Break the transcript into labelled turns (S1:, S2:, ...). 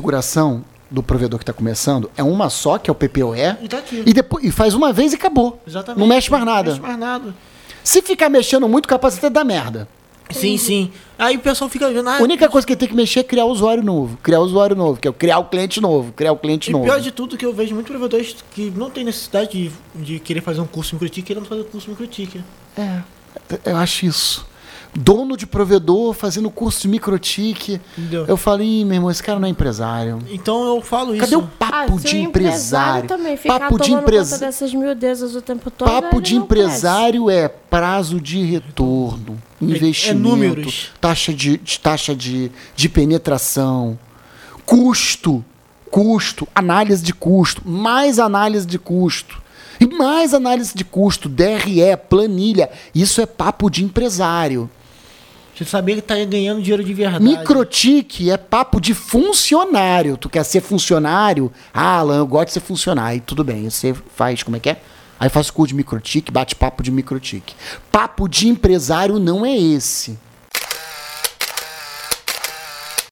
S1: configuração do provedor que está começando é uma só, que é o PPOE,
S2: E tá aqui.
S1: e, depois, e faz uma vez e acabou.
S2: Exatamente.
S1: Não mexe mais
S2: Não
S1: nada.
S2: mexe mais nada.
S1: Se ficar mexendo muito, capaz até dar merda.
S2: Sim, sim. Aí o pessoal fica vendo. Ah,
S1: A única coisa que tem que mexer é criar usuário novo. Criar usuário novo, que é o criar o cliente novo, criar o cliente
S2: e
S1: novo.
S2: pior de tudo que eu vejo muitos provedores que não tem necessidade de, de querer fazer um curso microtique querendo fazer um curso microtique.
S1: É, eu acho isso. Dono de provedor fazendo curso de microtique.
S2: Entendeu?
S1: Eu falei, "Ih, meu irmão, esse cara não é empresário.
S2: Então eu falo isso.
S1: Cadê o papo
S3: Ah, se
S1: de
S3: o
S1: empresário?
S3: também ficar
S1: papo de
S3: tomando
S1: empresário.
S3: conta dessas miudezas o tempo todo.
S1: Papo
S3: ele
S1: de
S3: não cresce.
S1: empresário é prazo de retorno, investimento,
S2: números.
S1: taxa de, de- taxa de, de penetração, custo, custo, análise de custo, mais análise de custo. E mais análise de custo, DRE, planilha. Isso é papo de empresário.
S2: Você saber que tá ganhando dinheiro de verdade.
S1: Microtique é papo de funcionário. Tu quer ser funcionário? Ah, Alan, eu gosto de ser funcionário. E tudo bem, você faz, como é que é? Aí faz curso de microtique, bate papo de microtique. Papo de empresário não é esse.